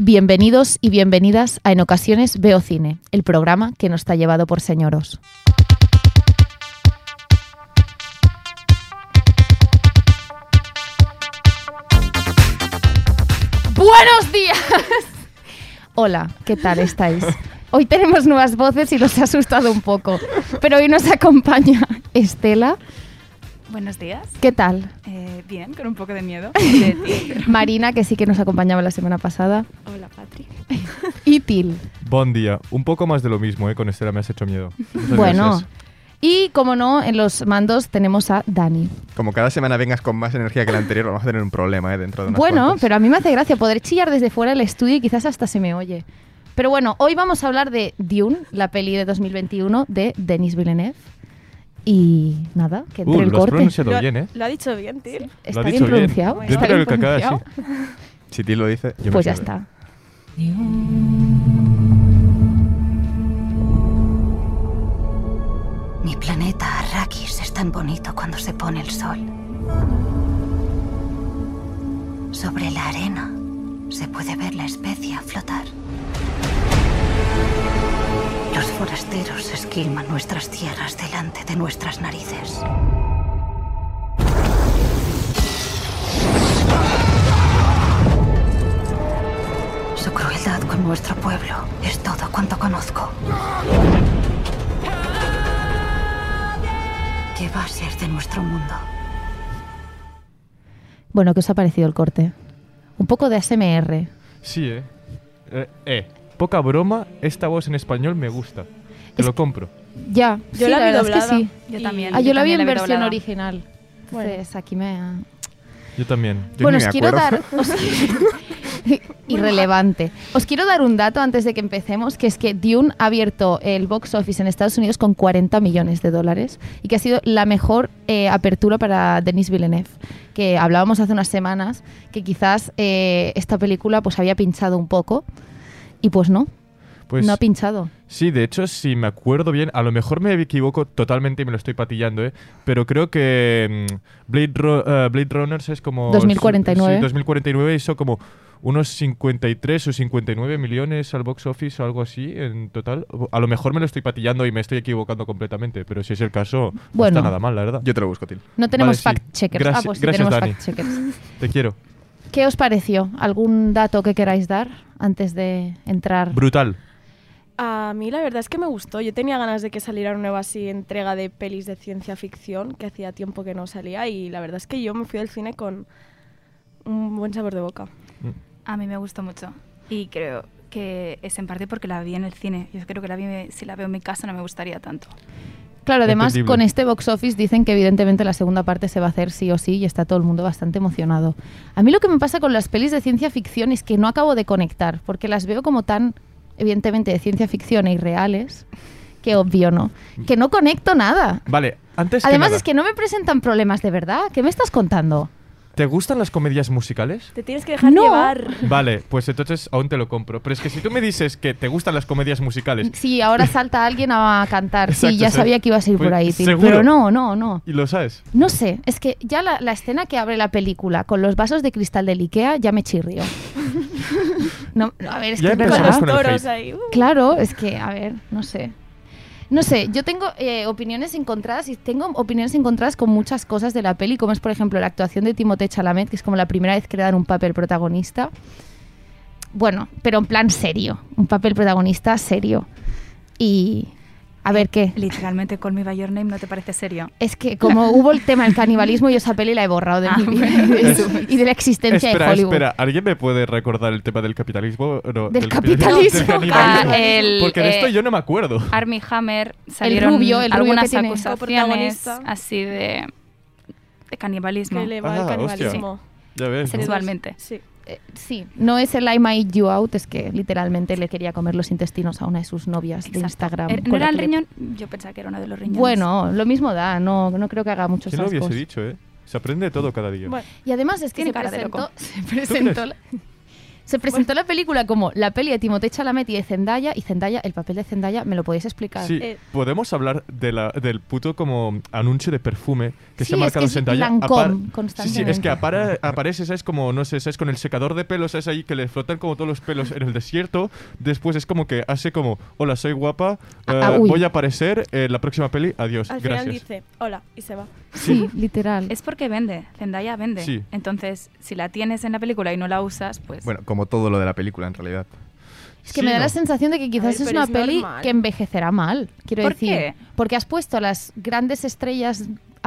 Bienvenidos y bienvenidas a En ocasiones Veo Cine, el programa que nos está llevado por señoros. Buenos días. Hola, ¿qué tal estáis? Hoy tenemos nuevas voces y los he asustado un poco, pero hoy nos acompaña Estela. Buenos días. ¿Qué tal? Eh, bien, con un poco de miedo. de ti, pero- Marina, que sí que nos acompañaba la semana pasada. Hola, Patri. Y Til. Buen día. Un poco más de lo mismo, ¿eh? Con Estela me has hecho miedo. Muchas Bueno. gracias. Y como no, en los mandos tenemos a Dani. Como cada semana vengas con más energía que la anterior, vamos a tener un problema ¿eh? dentro de unas Bueno, cuantas. pero a mí me hace gracia poder chillar desde fuera del estudio y quizás hasta se me oye. Pero bueno, hoy vamos a hablar de Dune, la peli de 2021 de Denis Villeneuve. Y nada, que entre Uh, el lo has corte. pronunciado bien, ¿eh? Lo ha dicho bien, tío. ¿Está lo has bien dicho bien. pronunciado? Yo ¿Está creo bien que acaba así. pronunciado? Si Til lo dice, yo me Pues ya quedo. está. Mi planeta Arrakis es tan bonito cuando se pone el sol. Sobre la arena se puede ver la especie flotar. Los forasteros esquilman nuestras tierras delante de nuestras narices. Su crueldad con nuestro pueblo es todo cuanto conozco. ¿Qué va a ser de nuestro mundo? Bueno, ¿qué os ha parecido el corte? Un poco de ASMR. Sí, ¿eh? ¿eh? eh, Poca broma, esta voz en español me gusta. Te Es- lo compro. Ya, sí, verdad es que sí. Yo Y- también. Ah, yo la vi en también versión doblada. original. Entonces, aquí me... ha- Yo también. Yo bueno, ni os me quiero dar. acuerdo. os- irrelevante. Os quiero dar un dato antes de que empecemos, que es que Dune ha abierto el box office en Estados Unidos con 40 millones de dólares y que ha sido la mejor eh, apertura para Denis Villeneuve, que hablábamos hace unas semanas que quizás eh, esta película pues había pinchado un poco y pues no, Pues no ha pinchado. sí, de hecho, si me acuerdo bien, a lo mejor me equivoco totalmente y me lo estoy patillando, ¿eh? Pero creo que mm, Blade, Ru- eh, Blade Runners es como... 2049. Sí, 2049 hizo como unos 53 o 59 millones al box office o algo así en total. A lo mejor me lo estoy patillando y me estoy equivocando completamente, pero si es el caso, Bueno. no está nada mal, la verdad. Yo te lo busco, Til. No tenemos Vale, sí. fact-checkers. ah, Gracias- pues sí, gracias, tenemos Dani. fact-checkers. Te quiero. ¿Qué os pareció? ¿Algún dato que queráis dar antes de entrar? Brutal. A mí la verdad es que me gustó. Yo tenía ganas de que saliera una nueva así entrega de pelis de ciencia ficción, que hacía tiempo que no salía, y la verdad es que yo me fui del cine con un buen sabor de boca. A mí me gustó mucho. Y creo que es en parte porque la vi en el cine. Yo creo que la vi, si la veo en mi casa no me gustaría tanto. Claro, además Entendible. con este box office dicen que evidentemente la segunda parte se va a hacer sí o sí y está todo el mundo bastante emocionado. A mí lo que me pasa con las pelis de ciencia ficción es que no acabo de conectar, porque las veo como tan evidentemente de ciencia ficción e irreales, que obvio no, que no conecto nada. Vale, antes Además que nada, es que no me presentan problemas de verdad, ¿qué me estás contando? ¿te gustan las comedias musicales? Te tienes que dejar No. llevar. Vale, pues entonces aún te lo compro. Pero es que si tú me dices que te gustan las comedias musicales Sí, ahora salta alguien a cantar, sí, Exacto, ya sí. sabía que ibas a ir Pues, por ahí, tío, seguro. pero no, no, no. y lo sabes, No sé, es que ya la, la escena que abre la película con los vasos de cristal del Ikea ya me chirrió. No, no, a ver, es Ya que es Con empezamos verdad. los con el toros hate. ahí. uh. Claro, es que, a ver, no sé. No sé, yo tengo eh, opiniones encontradas y tengo opiniones encontradas con muchas cosas de la peli, como es, por ejemplo, la actuación de Timothée Chalamet, que es como la primera vez que le dan un papel protagonista. Bueno, pero en plan serio, un papel protagonista serio. Y a ver qué. Literalmente Call Me By Your Name no te parece serio. Es que como hubo el tema del canibalismo, yo esa peli la he borrado de Ah, mi vida bueno. y de su- y de la existencia espera, de Hollywood. espera, ¿alguien me puede recordar el tema del capitalismo? No, Del del capitalismo. canibalismo. Ah, el, Porque de eh, esto yo no me acuerdo. ah, Army Hammer salieron rubio, el rubio que algunas tiene acusaciones coprotagonista. así de, de canibalismo Que le va el Ah, canibalismo. Ya ves. ¿no? Sexual. Sexualmente. Sí. Eh, sí, no es el I might you out, es que literalmente le quería comer los intestinos a una de sus novias de Exacto. Instagram. Er- con la ¿No era el que le- riñón? Yo pensaba que era uno de los riñones. Bueno, lo mismo da, no, no creo que haga muchos ¿Quién lo hubiese ascos. dicho, eh? Se aprende de todo cada día. Bueno, Y además es que Tiene se cara de presentó, loco. se presentó, crees? la- Se presentó la película como la peli de Timothée Chalamet y de Zendaya. Y Zendaya, el papel de Zendaya, ¿me lo podéis explicar? Sí, Eh. podemos hablar de la- del puto como anuncio de perfume que Sí, se ha es marcado que es Zendaya. Lancôme Apar- Sí, sí, es constantemente. que apara- aparece, ¿sabes? Como, no sé, ¿sabes? Con el secador de pelos, ¿sabes? Ahí que le flotan como todos los pelos en el desierto. Después es como que hace como, hola, soy guapa, Ah, eh, ah, uy. voy a aparecer en la próxima peli, adiós, Al final Pues gracias. dice, hola, y se va. Sí, literal. Es porque vende, Zendaya vende. Sí. Entonces, si la tienes en la película y no la usas, pues... Bueno, como todo lo de la película, en realidad. Es que me da la sensación de que quizás ver, es pero una es peli normal. que envejecerá mal. Quiero ¿Por decir, qué? porque has puesto a las grandes estrellas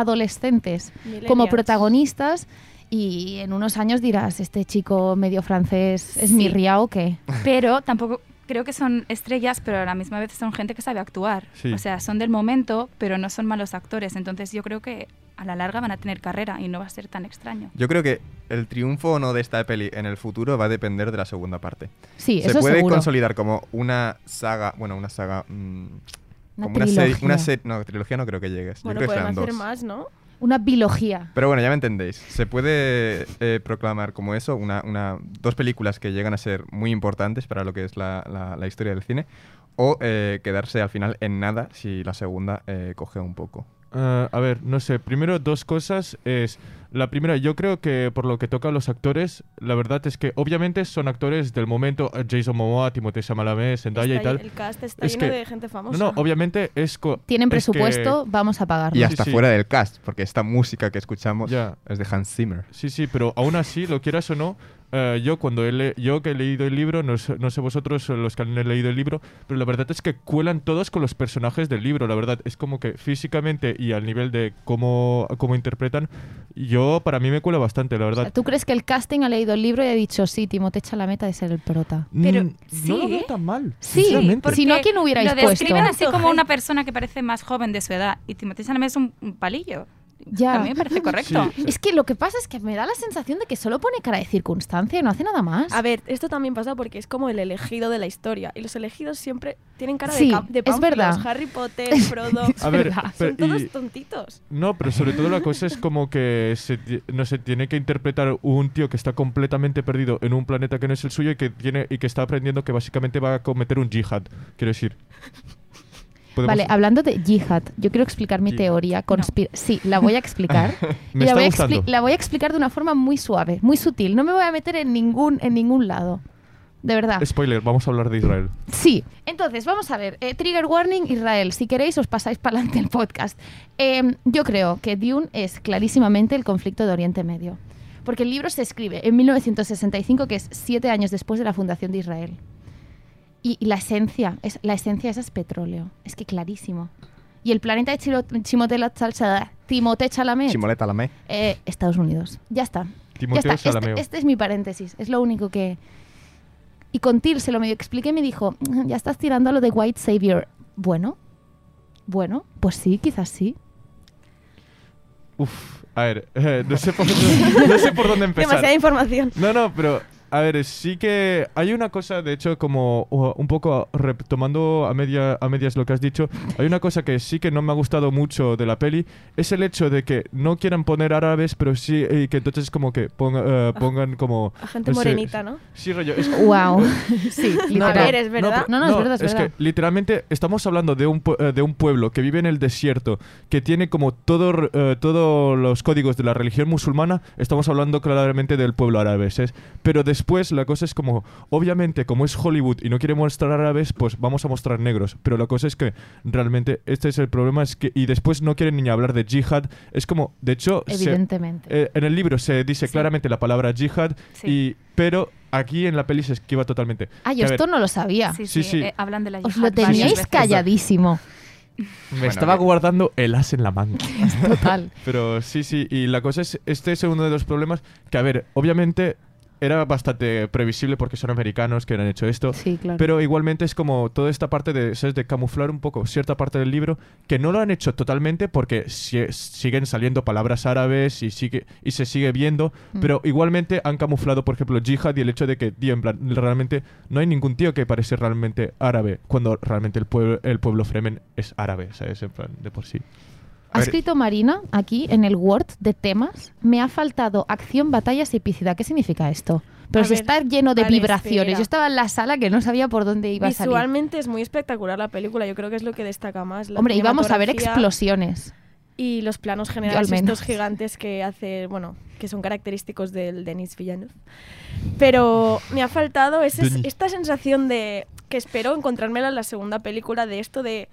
adolescentes como Millennials. protagonistas y en unos años dirás, este chico medio francés es Sí. mi ría o qué. Pero tampoco... Creo que son estrellas, pero a la misma vez son gente que sabe actuar. Sí. O sea, son del momento, pero no son malos actores. Entonces, yo creo que a la larga van a tener carrera y no va a ser tan extraño. Yo creo que el triunfo o no de esta peli en el futuro va a depender de la segunda parte. Sí, Se eso puede seguro. consolidar como una saga, bueno, una saga... mm, Una como una serie, trilogía. una serie, no, trilogía no creo que llegues. Yo Bueno, creo que pueden serán hacer dos. más, ¿no? Una biología. Pero bueno, ya me entendéis. Se puede eh, proclamar como eso una, una- dos películas que llegan a ser muy importantes para lo que es la, la- la historia del cine o eh, quedarse al final en nada si la segunda eh, coge un poco. Eh, a ver, no sé. Primero, dos cosas. Es. La primera, yo creo que por lo que toca a los actores, la verdad es que obviamente son actores del momento. eh, Jason Momoa, Timothée Chalamet, Zendaya y Está lle- tal. El cast está Es lleno que- de gente No, famosa. no, obviamente es. co- Tienen es que- presupuesto, vamos a pagarlo. Y Sí, hasta sí. fuera del cast, porque esta música que escuchamos Ya. es de Hans Zimmer. Sí, sí, pero aún así, lo quieras o no, eh, yo cuando he le- yo que he leído el libro, no sé, no sé vosotros eh, los que han leído el libro, pero la verdad es que cuelan todos con los personajes del libro, la verdad. Es como que físicamente y al nivel de cómo, cómo interpretan, yo para mí me cuela bastante, la O sea, verdad. ¿Tú crees que el casting ha leído el libro y ha dicho, sí, Timothée Chalamet ha de ser el prota? Pero Mm, sí, no lo veo ¿eh? tan mal. Sí, sinceramente. porque- Si no, ¿a quién hubierais Lo describen puesto? así como una persona que parece más joven de su edad. Y Timothée Chalamet es un, un palillo. Ya. A mí me parece correcto. Sí. Es que lo que pasa es que me da la sensación de que solo pone cara de circunstancia y no hace nada más. A ver, esto también pasa porque es como el elegido de la historia. Y los elegidos siempre tienen cara Sí, de, cam- de es verdad. pánfilos, Harry Potter, Frodo. A ver, verdad. pero- Son todos y- tontitos. No, pero sobre todo la cosa es como que se, ti- no se tiene que interpretar un tío que está completamente perdido en un planeta que no es el suyo y que tiene y que está aprendiendo que básicamente va a cometer un jihad. Quiero decir. Podemos- Vale, hablando de jihad, yo quiero explicar mi Jihad. teoría. conspir- Sí, la voy a explicar. Y la, Me está voy a gustando. expli- la voy a explicar de una forma muy suave, muy sutil. No me voy a meter en ningún, en ningún lado. De verdad. Spoiler, vamos a hablar de Israel. Sí, entonces vamos a ver. eh, trigger warning, Israel. Si queréis, os pasáis para adelante el podcast. Eh, yo creo que Dune es clarísimamente el conflicto de Oriente Medio. Porque el libro se escribe en 1965, que es siete años después de la fundación de Israel. Y, y la esencia, es, la esencia esa es petróleo. Es que clarísimo. Y el planeta de Chilo- Chimote la Chalsa- Timote Chalamet, Chimoleta Lamé. eh, Estados Unidos. Ya está. Ya Timoteo está, este- Salameo. Este, es mi paréntesis, es lo único que... Y con Till se lo medio expliqué y me dijo, "Mm, ya estás tirando a lo de White Savior. Bueno, bueno, pues sí, quizás sí. Uf, a ver, eh, no, sé por dónde, no sé por dónde empezar. Demasiada información. No, no, pero a ver, sí que hay una cosa, de hecho, como uh, un poco retomando a, media, a medias lo que has dicho, hay una cosa que sí que no me ha gustado mucho de la peli, es el hecho de que no quieran poner árabes, pero sí, y que entonces como que ponga- eh, pongan como... A gente no sé, morenita, ¿no? Sí, rollo, es- ¡Wow! sí, A literal. ver, es verdad. No, no, es verdad, es verdad. que literalmente estamos hablando de un, pue- eh, de un pueblo que vive en el desierto, que tiene como todo, eh, todos los códigos de la religión musulmana, estamos hablando claramente del pueblo árabe, ¿sabes? Pero después la cosa es como, obviamente, como es Hollywood y no quiere mostrar árabes, pues vamos a mostrar negros. Pero la cosa es que realmente este es el problema, es que, y después no quieren ni hablar de jihad, es como, de hecho, se- Evidentemente. eh, en el libro se dice Sí. claramente la palabra jihad, Sí. y, pero aquí en la peli se esquiva totalmente. ah, Que yo a ver, esto no lo sabía. Sí, Sí, sí, sí. eh, hablan de la Os yihad lo varias teníais veces. calladísimo. Me Bueno, estaba eh. guardando el as en la manga. Total. Pero sí, sí, y la cosa es, este es uno de los problemas que, a ver, obviamente era bastante previsible porque son americanos que han hecho esto. Sí, claro. Pero igualmente es como toda esta parte de, ¿sabes? de camuflar un poco cierta parte del libro que no lo han hecho totalmente porque si- siguen saliendo palabras árabes y, sigue, y se sigue viendo, Mm. pero igualmente han camuflado, por ejemplo, yihad y el hecho de que, tío, en plan, realmente no hay ningún tío que parece realmente árabe cuando realmente el pueblo, el pueblo Fremen es árabe, ¿sabes? En plan, de por sí. Ha A ver. escrito Marina aquí en el Word de temas. Me ha faltado acción, batallas y epicidad. ¿Qué significa esto? Pero A si ver, está lleno de vale, vibraciones. espera. Yo estaba en la sala que no sabía por dónde iba a salir. Visualmente es muy espectacular la película, yo creo que es lo que destaca más. la Hombre, íbamos a ver cinematografía explosiones. Y los planos generales, Yo al menos. estos gigantes que hace, bueno, que son característicos del Denis Villeneuve. Pero me ha faltado ese- Denis. esta sensación de que espero encontrármela en la segunda película de esto de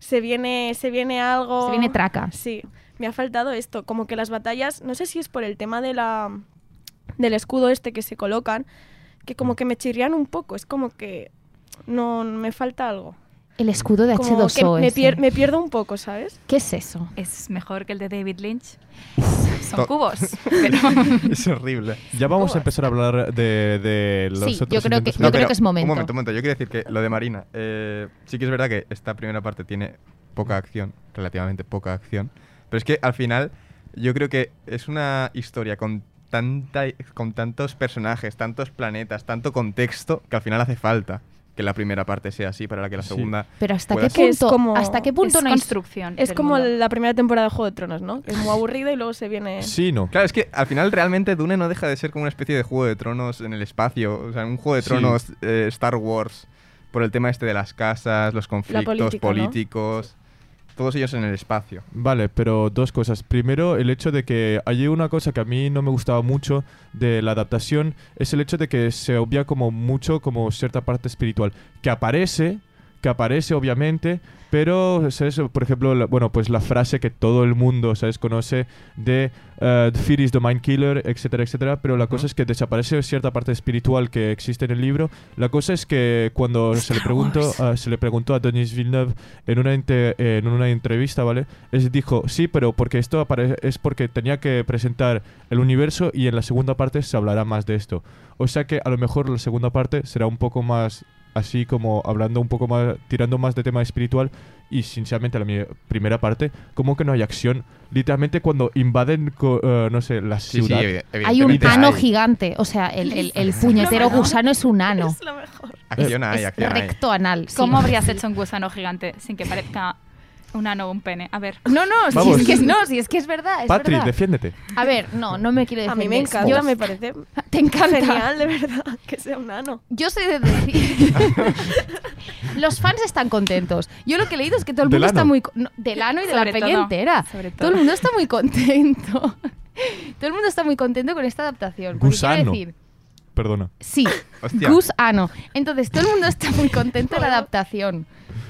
se viene, se viene algo. Se viene traca. Sí, me ha faltado esto, como que las batallas, no sé si es por el tema de la del escudo este que se colocan, que como que me chirrían un poco, es como que no me falta algo. El escudo de Como que H2O. me, ese. pier- me pierdo un poco, ¿sabes? ¿Qué es eso? Es mejor que el de David Lynch. To- Son cubos. pero- es horrible. Ya vamos a Cubos. empezar a hablar de, de los Sí, yo otros creo intentos que- yo de- creo que es momento. Un momento, un momento. Yo quería decir que lo de Marina, eh, sí que es verdad que esta primera parte tiene poca acción, relativamente poca acción. Pero es que al final yo creo que es una historia con, tanta, con tantos personajes, tantos planetas, tanto contexto, que al final hace falta que la primera parte sea así para la que la Sí. segunda... Pero hasta qué Puede ser. Es punto, como- hasta qué punto es no hay construcción. Es del como mundo. la primera temporada de Juego de Tronos, ¿no? Que es muy aburrida y luego se viene... Sí, no. Claro, es que al final realmente Dune no deja de ser como una especie de juego de tronos en el espacio. O sea, un juego de Sí. tronos eh, Star Wars por el tema este de las casas, los conflictos política, ¿no? políticos, todos ellos en el espacio. Vale, pero dos cosas. Primero, el hecho de que hay una cosa que a mí no me gustaba mucho de la adaptación, es el hecho de que se obvia como mucho como cierta parte espiritual, que aparece, que aparece obviamente, pero, ¿sabes? Por ejemplo, la- bueno, pues la frase que todo el mundo, ¿sabes? Conoce de eh, Fear is the Mind Killer, etcétera, etcétera, pero la cosa es que desaparece cierta parte espiritual que existe en el libro. La cosa es que cuando se le, preguntó, a- se le preguntó a Denis Villeneuve en una, inte- en una entrevista, ¿vale? Es, dijo, sí, pero porque esto apare- es porque tenía que presentar el universo y en la segunda parte se hablará más de esto. O sea que a lo mejor la segunda parte será un poco más así como hablando un poco más, tirando más de tema espiritual y sinceramente la mi- primera parte, como que no hay acción. Literalmente cuando invaden, co- eh, no sé, la ciudad. Hay un Evidentemente ano hay. gigante. O sea, el, el- el puñetero gusano es un ano. Es lo mejor. Acción hay, es acción hay. recto anal. sí. ¿Cómo habrías hecho un gusano gigante sin que parezca un ano o un pene? A ver. No, no, si Vamos. es que es, no, si es que es verdad. Es Patrick, verdad. defiéndete. A ver, no, no me quiero A defender. mí me encanta, Yo- me parece te encanta. genial, de verdad, que sea un ano. Yo sé de decir. Los fans están contentos. Yo lo que he leído es que todo el Del mundo está ano. muy. co- no, del ano y de la Sobre peli todo, entera. Todo sobre el todo. mundo está muy contento. Todo el mundo está muy contento con esta adaptación. porque quiero Gusano. decir, Perdona. Sí, Hostia. gusano. ah, Entonces, todo el mundo está muy contento de la adaptación.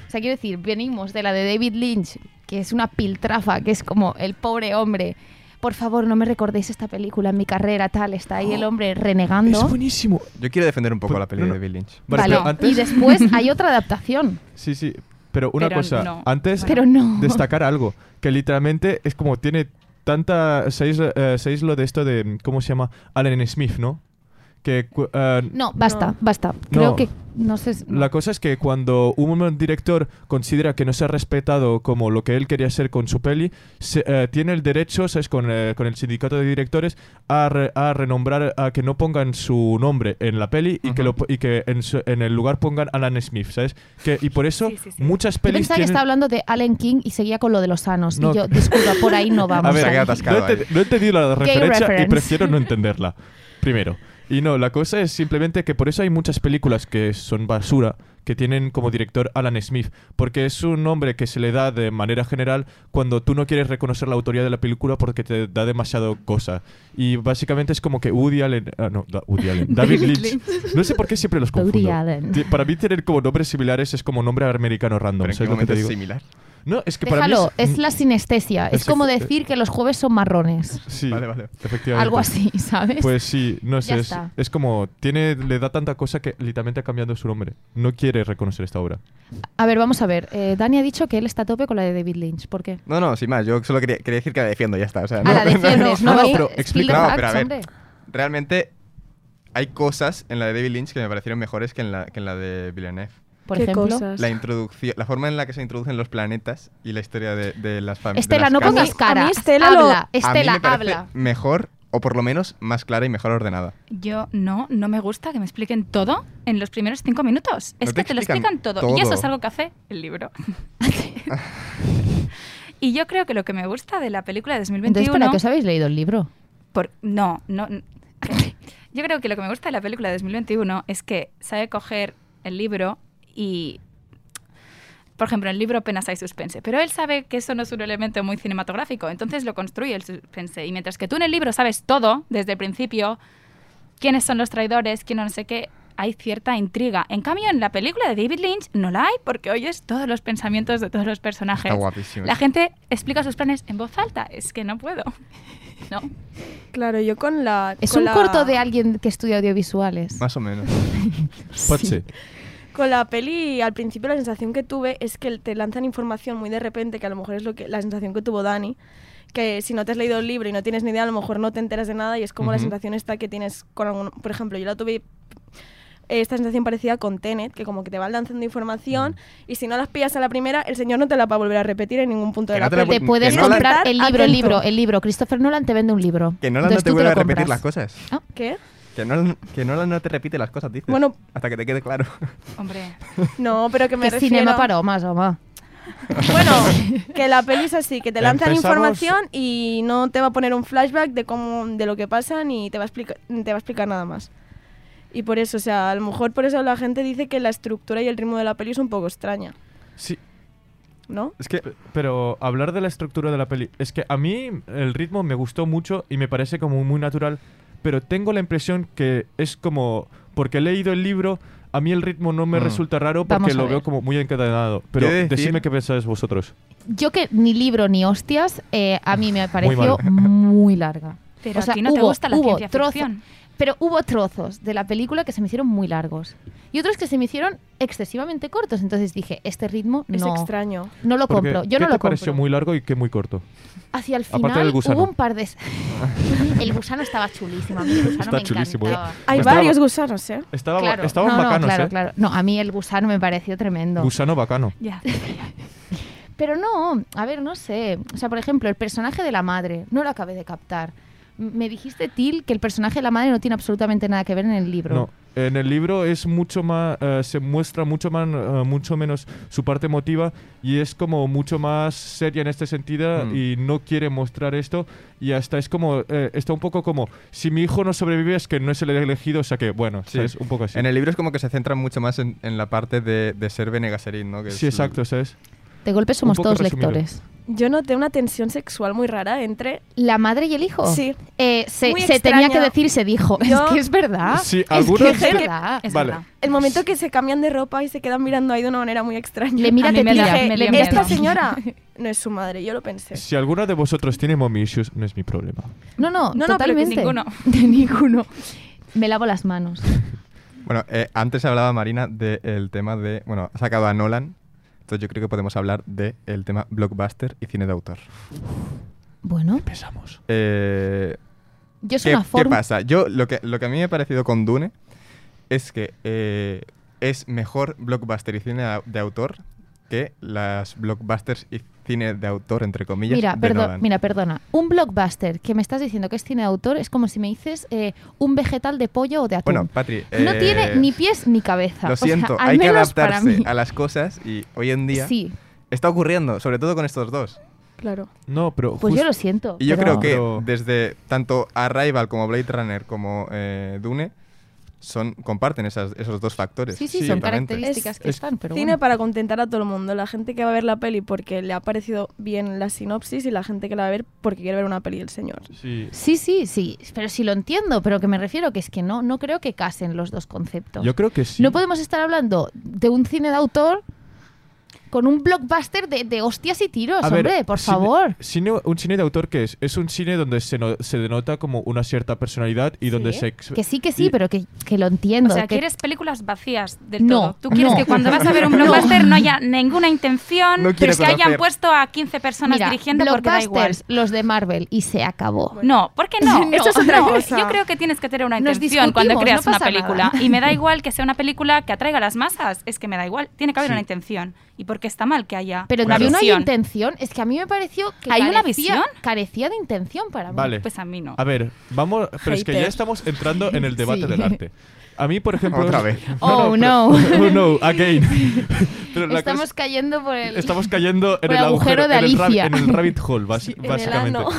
O sea, quiero decir, venimos de la de David Lynch, que es una piltrafa, que es como el pobre hombre. Por favor, no me recordéis esta película en mi carrera, tal. Está ahí el hombre renegando. Oh, Es buenísimo. Yo quiero defender un poco Pero- la peli Pues, no, no. de Bill Lynch. Vale, Vale, pero antes... y después hay otra adaptación. Sí, sí. Pero una Pero cosa, no. antes Pero no. destacar algo, que literalmente es como tiene tanta... ¿Sabéis, eh, sabéis lo de esto de... ¿Cómo se llama? Allen Smith, ¿no? Que... cu- eh, No, basta, No. basta. Creo No. que no sé. si- La cosa es que cuando un director considera que no se ha respetado como lo que él quería hacer con su peli, se- eh, tiene el derecho, ¿sabes?, con, eh, con el sindicato de directores a, re- a renombrar, a que no pongan su nombre en la peli y que, lo, po- y que en, su- en el lugar pongan Alan Smith, ¿sabes? Que, y por eso Sí, sí, sí. muchas Yo pelis pensaba que tienen... estaba hablando de Allen King y seguía con lo de los sanos. No. Y yo, disculpa, por ahí no vamos. A ver, ahí. se ha quedado no, he enten- no he entendido la referencia y reference. prefiero no entenderla. Primero. Y no, la cosa es simplemente que por eso hay muchas películas que son basura, que tienen como director Alan Smith, porque es un nombre que se le da de manera general cuando tú no quieres reconocer la autoría de la película porque te da demasiado cosa. Y básicamente es como que Woody Allen... ah, no, da- Woody Allen. David Lynch. No sé por qué siempre los Woody confundo. Allen. Ti- Para mí tener como nombres similares es como nombre americano random. Pero en qué ¿sabes lo que momento te es digo? similar. No, es que para mí Déjalo, es la sinestesia. Es Ese- como decir que los jueves son marrones. Sí, Vale, vale. efectivamente. Algo así, ¿sabes? Pues sí, no sé. Ya Es, está. es como, tiene, le da tanta cosa que literalmente ha cambiado su nombre. No quiere reconocer esta obra. A ver, vamos a ver. Eh, Dani ha dicho que él está a tope con la de David Lynch. ¿Por qué? No, no, sin más. Yo solo quería, quería decir que la defiendo, ya está. O sea, a Ah, la defiendes, ¿no? no, Ahí, pero spill the explica- no, facts, pero a ver. hombre. Realmente hay cosas en la de David Lynch que me parecieron mejores que en la, que en la de Villeneuve. Por Qué ejemplo. cosas. La introducción, la forma en la que se introducen los planetas y la historia de, de las familias. Estela, no pongas casas. A cara. mí Estela lo- habla, A Estela, a mí me parece habla. Mejor, o por lo menos más clara y mejor ordenada. Yo no, no me gusta que me expliquen todo en los primeros cinco minutos. Es No te que te lo explican explican todo. todo. Y eso es algo que hace el libro. y yo creo que lo que me gusta de la película de Entonces, ¿para 2021... qué os habéis leído el libro? por- no, no... Yo creo que lo que me gusta de la película de 2021 es que sabe coger el libro y... Por ejemplo, en el libro apenas hay suspense, pero él sabe que eso no es un elemento muy cinematográfico, entonces lo construye el suspense. Y mientras que tú en el libro sabes todo, desde el principio, quiénes son los traidores, quién no sé qué, hay cierta intriga. En cambio, en la película de David Lynch no la hay porque oyes todos los pensamientos de todos los personajes. Está guapísimo. La gente explica sus planes en voz alta. Es que no puedo. No. Claro, yo con la. Es con un la- corto de alguien que estudia audiovisuales. Más o menos. Pache. Con la peli, al principio la sensación que tuve es que te lanzan información muy de repente, que a lo mejor es lo que, la sensación que tuvo Dani, que si no te has leído el libro y no tienes ni idea, a lo mejor no te enteras de nada y es como la Ujú. sensación esta que tienes con algún... Por ejemplo, yo la tuve... eh, Esta sensación parecida con Tenet, que como que te van lanzando información y si no las pillas a la primera, el señor no te la va a volver a repetir en ningún punto Que de no la te la peli. Ah, Te Que puedes no la- comprar el libro, el Atento. libro, el libro. Christopher Nolan te vende un libro. Que no Entonces no te tú vuelve lo a repetir compras. las cosas. Ah. ¿Qué? Que no, que no, no te repite las cosas, dices. Bueno. Hasta que te quede claro. Pues Hombre. No, pero que me Que refiero... cinema para más o más. Bueno, que la peli es así, que te lanzan Empezamos- información y no te va a poner un flashback de cómo, de lo que pasa ni te va a explicar, ni te va a explicar nada más. Y por eso, o sea, a lo mejor por eso la gente dice que la estructura y el ritmo de la peli es un poco extraña, Sí, ¿no? Es que Pero hablar de la estructura de la peli. Es que a mí el ritmo me gustó mucho y me parece como muy natural. Pero tengo la impresión que es como. Porque he leído el libro, a mí el ritmo no me Mm. resulta raro Vamos porque a lo ver. veo como muy encadenado. Pero Yo he de decir- decidme qué pensáis vosotros. Yo que ni libro ni hostias, eh, a mí me pareció mal. muy, larga. Pero O sea, a ti no te hubo- gusta la hubo ciencia trozo- ficción. Pero hubo trozos de la película que se me hicieron muy largos. Y otros que se me hicieron excesivamente cortos. Entonces dije, este ritmo Es no, extraño. no lo Porque, compro. Yo ¿qué no te lo pareció compro. muy largo y que muy corto? Hacia el Aparte final del gusano. hubo un par de... el gusano estaba chulísimo. A mí el gusano Está me chulísimo, ¿eh? encantaba. Hay Estaba- varios gusanos, ¿eh? Estaba, Claro. Estaban no, no, bacanos, claro, ¿eh? claro. No, a mí el gusano me pareció tremendo. Gusano bacano. Ya. Pero no, a ver, no sé. O sea, por ejemplo, el personaje de la madre, no lo acabé de captar. M- Me dijiste, Til, que el personaje de la madre no tiene absolutamente nada que ver en el libro. No, en el libro es mucho más, eh, se muestra mucho más, eh, mucho menos su parte emotiva y es como mucho más seria en este sentido Mm. y no quiere mostrar esto y hasta es como, eh, está un poco como, si mi hijo no sobrevive es que no es el elegido, o sea que, bueno, Sí. ¿sabes? un poco así. en el libro es como que se centra mucho más en, en la parte de, de ser Benegaserín, ¿no? Que sí, es exacto, ¿sabes? De golpe somos poco todos resumido. lectores. Yo noté una tensión sexual muy rara entre... ¿La madre y el hijo? Sí. Eh, se Muy se tenía extraña. que decir y se dijo. Yo- Es que es verdad. Sí, es algunos- que es verdad. Es Vale. verdad. El momento que se cambian de ropa y se quedan mirando ahí de una manera muy extraña. Le mira A mí me tía, la- me le dio mira Esta miedo. señora no es su madre, yo lo pensé. Si alguno de vosotros tiene mommy issues, no es mi problema. No, no, No, no, pero que totalmente. ninguno. De ninguno. Me lavo las manos. Bueno, eh, antes hablaba Marina del tema de. Bueno, ha sacado a Nolan. Entonces yo creo que podemos hablar del tema blockbuster y cine de autor. Bueno, Empezamos. Eh, yo soy ¿qué, una qué forma. pasa? Yo lo que, lo que a mí me ha parecido con Dune es que eh, es mejor blockbuster y cine a- de autor que las blockbusters y cine de autor, entre comillas, Mira, de perdo- Nolan. mira, perdona. Un blockbuster que me estás diciendo que es cine de autor es como si me dices eh, un vegetal de pollo o de atún. bueno, Patri, no eh, tiene ni pies ni cabeza. Lo O sea, siento, al hay que menos para adaptarse mí. a las cosas y hoy en día Sí, está ocurriendo, sobre todo con estos dos. Claro. No, pero... pues yo jus- lo siento. Y yo pero- creo que Pero- desde tanto Arrival como Blade Runner como eh, Dune son, comparten esas- esos dos factores. Sí, sí, Sí, son totalmente. características que Es- están, pero Cine bueno. para contentar a todo el mundo. La gente que va a ver la peli porque le ha parecido bien la sinopsis y la gente que la va a ver porque quiere ver una peli del señor. Sí. Sí, sí, sí, pero sí lo entiendo, pero que me refiero que es que no, no creo que casen los dos conceptos. Yo creo que sí. No podemos estar hablando de un cine de autor con un blockbuster de, de hostias y tiros, A ver, hombre, por cine- favor. cine- un cine de autor que es es un cine donde se, no- se denota como una cierta personalidad y donde se ex- Que sí, que sí, y- pero que, que lo O entiendo. sea, que- quieres películas vacías del No, todo. Tú quieres no. que cuando vas a ver un blockbuster no, haya ninguna intención, No pero quiero que hayan conocer. puesto a 15 personas Mira, dirigiendo porque da igual. blockbusters, los de Marvel, y se acabó. No, ¿por qué no? No, Eso es otra no. cosa. Yo creo que tienes que tener una Nos intención cuando discutimos, creas no una pasa película. nada. Y me da igual que sea una película que atraiga a las masas. Es que me da igual. Tiene que haber Sí. una intención. ¿Y por qué está mal que haya Pero una que no hay visión? intención, es que a mí me pareció que ¿Hay una carecía, visión? carecía de intención para mí. Vale. Pues a mí no. A ver, vamos, pero es que ya Hater. estamos entrando en el debate ah, Sí. del arte. A mí, por ejemplo, Otra vez. Oh, pero- no. oh, no, again. Pero la cosa Estamos es- cayendo por el... estamos cayendo en por el agujero, agujero de en, el rab- Alicia. en el rabbit hole, bas- En el básicamente. ano.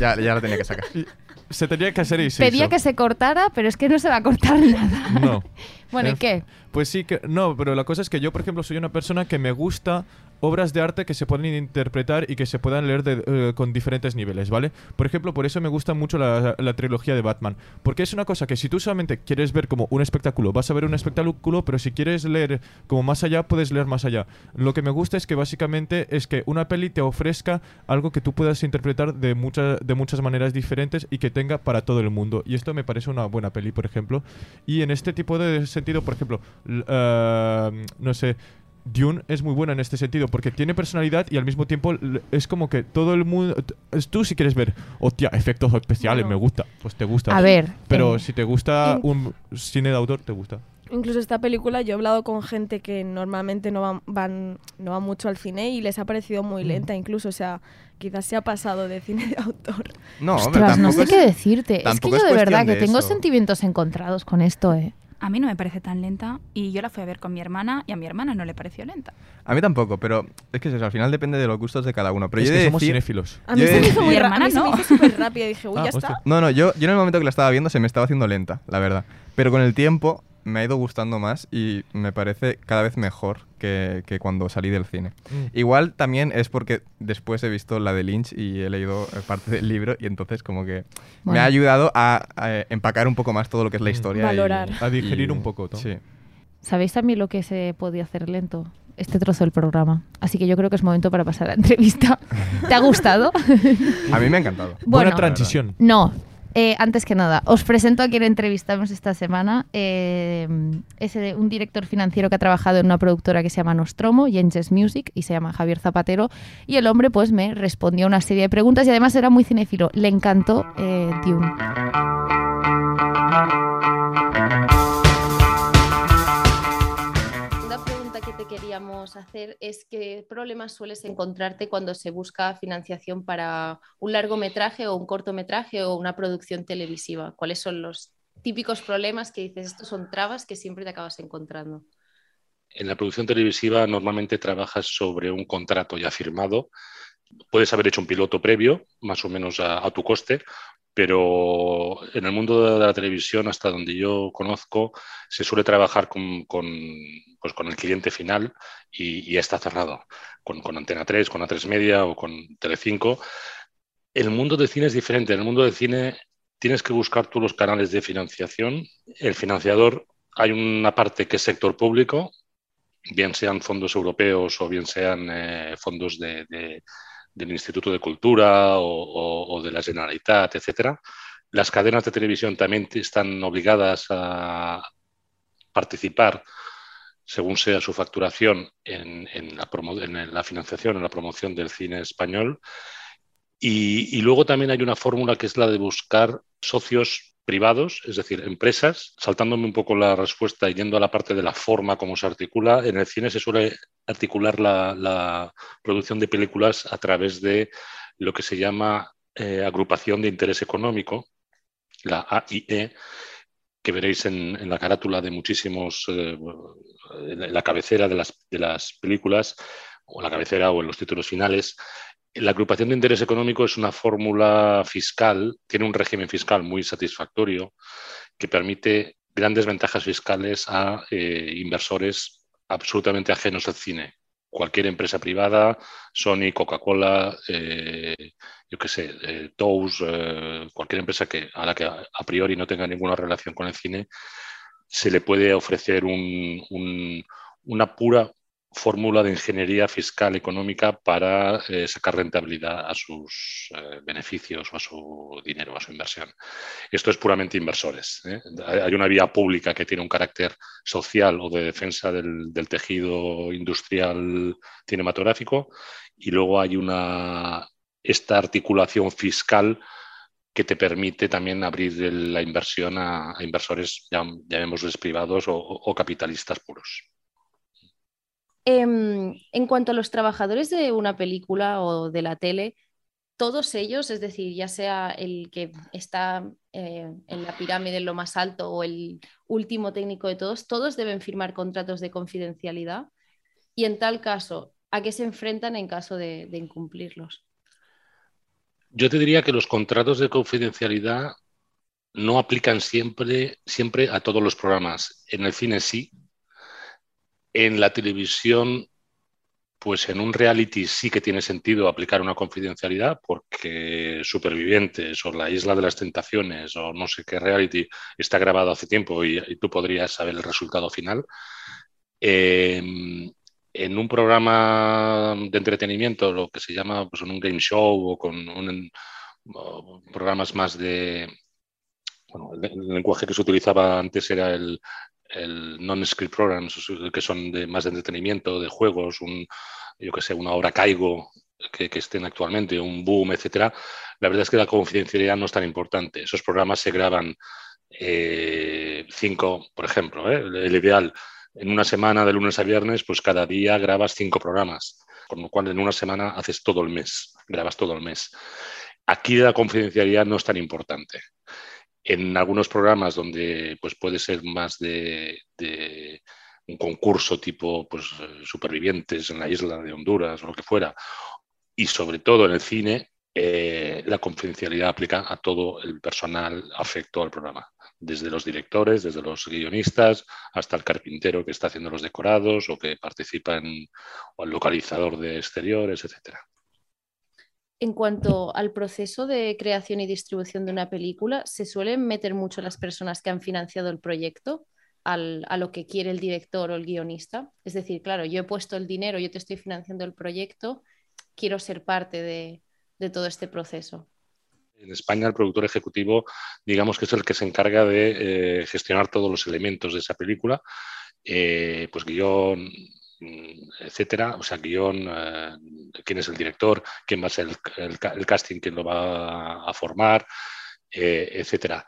Ya, ya la tenía que sacar. Y- se tenía que hacer y se Pedía hizo. que se cortara, pero es que no se va a cortar nada. No. Bueno, ¿y En- qué? Pues sí que no, pero la cosa es que yo, por ejemplo, soy una persona que me gusta obras de arte que se pueden interpretar y que se puedan leer de- eh, con diferentes niveles, ¿vale? Por ejemplo, por eso me gusta mucho la, la trilogía de Batman, porque es una cosa que si tú solamente quieres ver como un espectáculo, vas a ver un espectáculo, pero si quieres leer como más allá, puedes leer más allá. Lo que me gusta es que básicamente es que una peli te ofrezca algo que tú puedas interpretar de, muchas de muchas maneras diferentes y que tenga para todo el mundo. Y esto me parece una buena peli, por ejemplo. Y en este tipo de sentido, por ejemplo, l- eh, no sé, Dune es muy buena en este sentido porque tiene personalidad y al mismo tiempo l- es como que todo el mundo... t- es Tú si quieres ver, hostia, efectos especiales, Bueno. me gusta, pues te gusta. A ver, Pero eh, si te gusta en- un cine de autor, te gusta. Incluso esta película yo he hablado con gente que normalmente no van, van- no va mucho al cine y les ha parecido muy lenta incluso, o sea, quizás se ha pasado de cine de autor. No, hombre, Ostras, no tampoco sé es- qué decirte. Es que tampoco yo es de cuestión verdad que de tengo eso. sentimientos encontrados con esto, ¿eh? A mí no me parece tan lenta y yo la fui a ver con mi hermana y a mi hermana no le pareció lenta. A mí tampoco, pero es que es eso, al final depende de los gustos de cada uno. Pero es yo que he de somos decir- cinéfilos. Ah. A mí Yo he se me de hizo muy decir- ra- a mí Mi se me hermana hizo súper rápida y dije, uy, Ah, ya hostia. está. No, no, yo, yo en el momento que la estaba viendo se me estaba haciendo lenta, la verdad. Pero con el tiempo me ha ido gustando más y me parece cada vez mejor que, que cuando salí del cine. Mm. Igual también es porque después he visto la de Lynch y he leído eh, parte del libro y entonces como que me Bueno. ha ayudado a, a, eh, empacar un poco más todo lo que es la Mm. historia. y- Valorar. A digerir un poco, ¿no? Sí. ¿Sabéis también lo que se podía hacer lento? Este trozo del programa. Así que yo creo que es momento para pasar a la entrevista. ¿Te ha gustado? A mí me ha encantado. Bueno. buena transición. No. Eh, antes que nada, os presento a quien entrevistamos esta semana. Eh, es eh, un director financiero que ha trabajado en una productora que se llama Nostromo, Yenches Music, y se llama Javier Zapatero. Y el hombre, pues, me respondió a una serie de preguntas y además era muy cinéfilo. Le encantó eh, Dune. segunda pregunta que te queríamos hacer es qué problemas sueles encontrarte cuando se busca financiación para un largometraje o un cortometraje o una producción televisiva. ¿Cuáles son los típicos problemas que dices, estos son trabas que siempre te acabas encontrando? En la producción televisiva normalmente trabajas sobre un contrato ya firmado. Puedes haber hecho un piloto previo, más o menos a, a tu coste, pero en el mundo de la televisión, hasta donde yo conozco, se suele trabajar con, con, pues con el cliente final y, y ya está cerrado, con, con Antena 3, con A3 Media o con Telecinco. El mundo del cine es diferente. En el mundo del cine tienes que buscar tú los canales de financiación. El financiador, hay una parte que es sector público, bien sean fondos europeos o bien sean eh, fondos de- de- del Instituto de Cultura o, o- o de la Generalitat, etcétera. Las cadenas de televisión también te- están obligadas a participar, según sea su facturación, en, en la, promo- en la financiación, en la promoción del cine español. Y, y luego también hay una fórmula que es la de buscar socios privados, es decir, empresas. Saltándome un poco la respuesta y yendo a la parte de la forma como se articula, en el cine se suele articular la, la producción de películas a través de lo que se llama eh, agrupación de interés económico, la AIE, que veréis en, en la carátula de muchísimos, eh, en la cabecera de las, de las películas, o en la cabecera o en los títulos finales. La agrupación de interés económico es una fórmula fiscal, tiene un régimen fiscal muy satisfactorio que permite grandes ventajas fiscales a eh, inversores absolutamente ajenos al cine. Cualquier empresa privada, Sony, Coca-Cola, eh, yo qué sé, eh, Tous, eh, cualquier empresa que, a la que a, a priori no tenga ninguna relación con el cine, se le puede ofrecer un- un- una pura fórmula de ingeniería fiscal económica para eh, sacar rentabilidad a sus eh, beneficios o a su dinero, a su inversión. Esto es puramente inversores. ¿eh? Hay hay una vía pública que tiene un carácter social o de defensa del, del tejido industrial cinematográfico y luego hay una esta articulación fiscal que te permite también abrir el- la inversión a, a inversores, ya, llamémosles privados o- o- o capitalistas puros. Em, en cuanto a los trabajadores de una película o de la tele, todos ellos, es decir, ya sea el que está eh, en la pirámide en lo más alto o el último técnico de todos, todos deben firmar contratos de confidencialidad. Y en tal caso, ¿a qué se enfrentan en caso de, de incumplirlos? Yo te diría que los contratos de confidencialidad no aplican siempre, siempre a todos los programas. En el cine sí. En la televisión, pues en un reality sí que tiene sentido aplicar una confidencialidad porque Supervivientes o La Isla de las Tentaciones o no sé qué reality está grabado hace tiempo y, y tú podrías saber el resultado final. Eh, en un programa de entretenimiento, lo que se llama pues, en un game show o con un, o programas más de... Bueno, el, el, lenguaje que se utilizaba antes era el, el non-script programs, que son de más de entretenimiento, de juegos, un, yo que sé, una hora caigo que, que estén actualmente, un boom, etcétera. La verdad es que la confidencialidad no es tan importante. Esos programas se graban eh, cinco, por ejemplo, ¿eh? el, el ideal en una semana de lunes a viernes, pues cada día grabas cinco programas, con lo cual en una semana haces todo el mes, grabas todo el mes. Aquí la confidencialidad no es tan importante. En algunos programas donde pues, puede ser más de, de un concurso tipo pues, supervivientes en la isla de Honduras o lo que fuera, y sobre todo en el cine, eh, la confidencialidad aplica a todo el personal afecto al programa desde los directores, desde los guionistas, hasta el carpintero que está haciendo los decorados o que participa en o el localizador de exteriores, etc. En cuanto al proceso de creación y distribución de una película, ¿se suelen meter mucho las personas que han financiado el proyecto al, a lo que quiere el director o el guionista? Es decir, claro, yo he puesto el dinero, yo te estoy financiando el proyecto, quiero ser parte de, de todo este proceso. En España el productor ejecutivo, digamos que es el que se encarga de eh, gestionar todos los elementos de esa película, eh, pues guión, mm, etcétera, o sea, guión, eh, quién es el director, quién va a ser el, el, el casting, quién lo va a formar, eh, etcétera.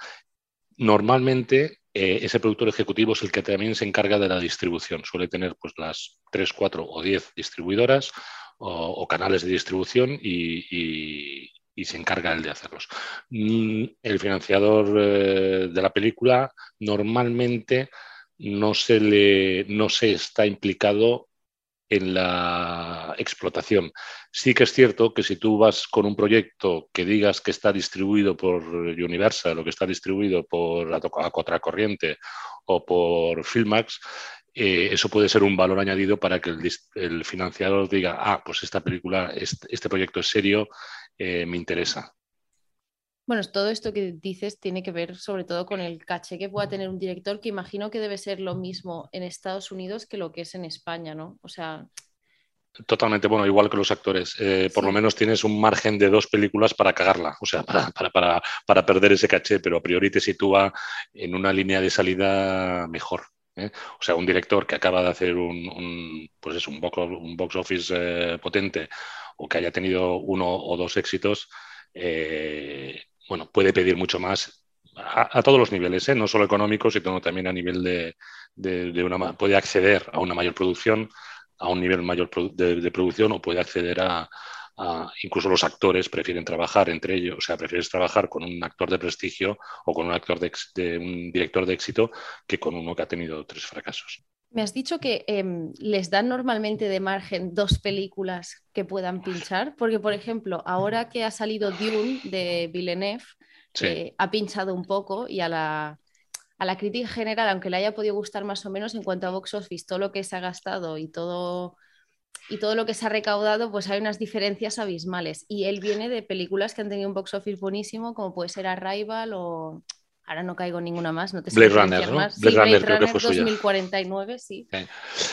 Normalmente eh, ese productor ejecutivo es el que también se encarga de la distribución, suele tener pues las 3, 4 o 10 distribuidoras o, o canales de distribución y, y y se encarga él de hacerlos. Mm, El financiador eh, de la película normalmente no se, le, no se está implicado en la explotación. Sí que es cierto que si tú vas con un proyecto que digas que está distribuido por Universal o que está distribuido por a Contracorriente o por Filmax, eh, eso puede ser un valor añadido para que el, el financiador diga, ah, pues esta película, este, este proyecto es serio, eh, me interesa. Bueno, todo esto que dices tiene que ver sobre todo con el caché que pueda tener un director, que imagino que debe ser lo mismo en Estados Unidos que lo que es en España, ¿no? O sea... Totalmente, bueno, igual que los actores. Eh, por sí. lo menos tienes un margen de dos películas para cagarla, o sea, para, para, para, para perder ese caché, pero a priori te sitúa en una línea de salida mejor. ¿Eh? O sea, un director que acaba de hacer un, un pues es un, box, un box office eh, potente o que haya tenido uno o dos éxitos, eh, bueno, puede pedir mucho más a, a todos los niveles, ¿eh? no solo económicos, sino también a nivel de, de, de, una... puede acceder a una mayor producción, a un nivel mayor de, de producción o puede acceder a, Uh, incluso los actores prefieren trabajar entre ellos, o sea, prefieres trabajar con un actor de prestigio o con un actor de, de un director de éxito que con uno que ha tenido tres fracasos. Me has dicho que eh, les dan normalmente de margen dos películas que puedan pinchar, porque por ejemplo, ahora que ha salido Dune de Villeneuve, sí. eh, ha pinchado un poco y a la, a la crítica general, aunque le haya podido gustar más o menos en cuanto a box office, todo lo que se ha gastado y todo y todo lo que se ha recaudado, pues hay unas diferencias abismales. Y él viene de películas que han tenido un box office buenísimo, como puede ser Arrival o... Ahora no caigo ninguna más, no te Blade Runner, ¿no? Sí, Blade, Runner, creo Runner, que fue 2049, suya. sí.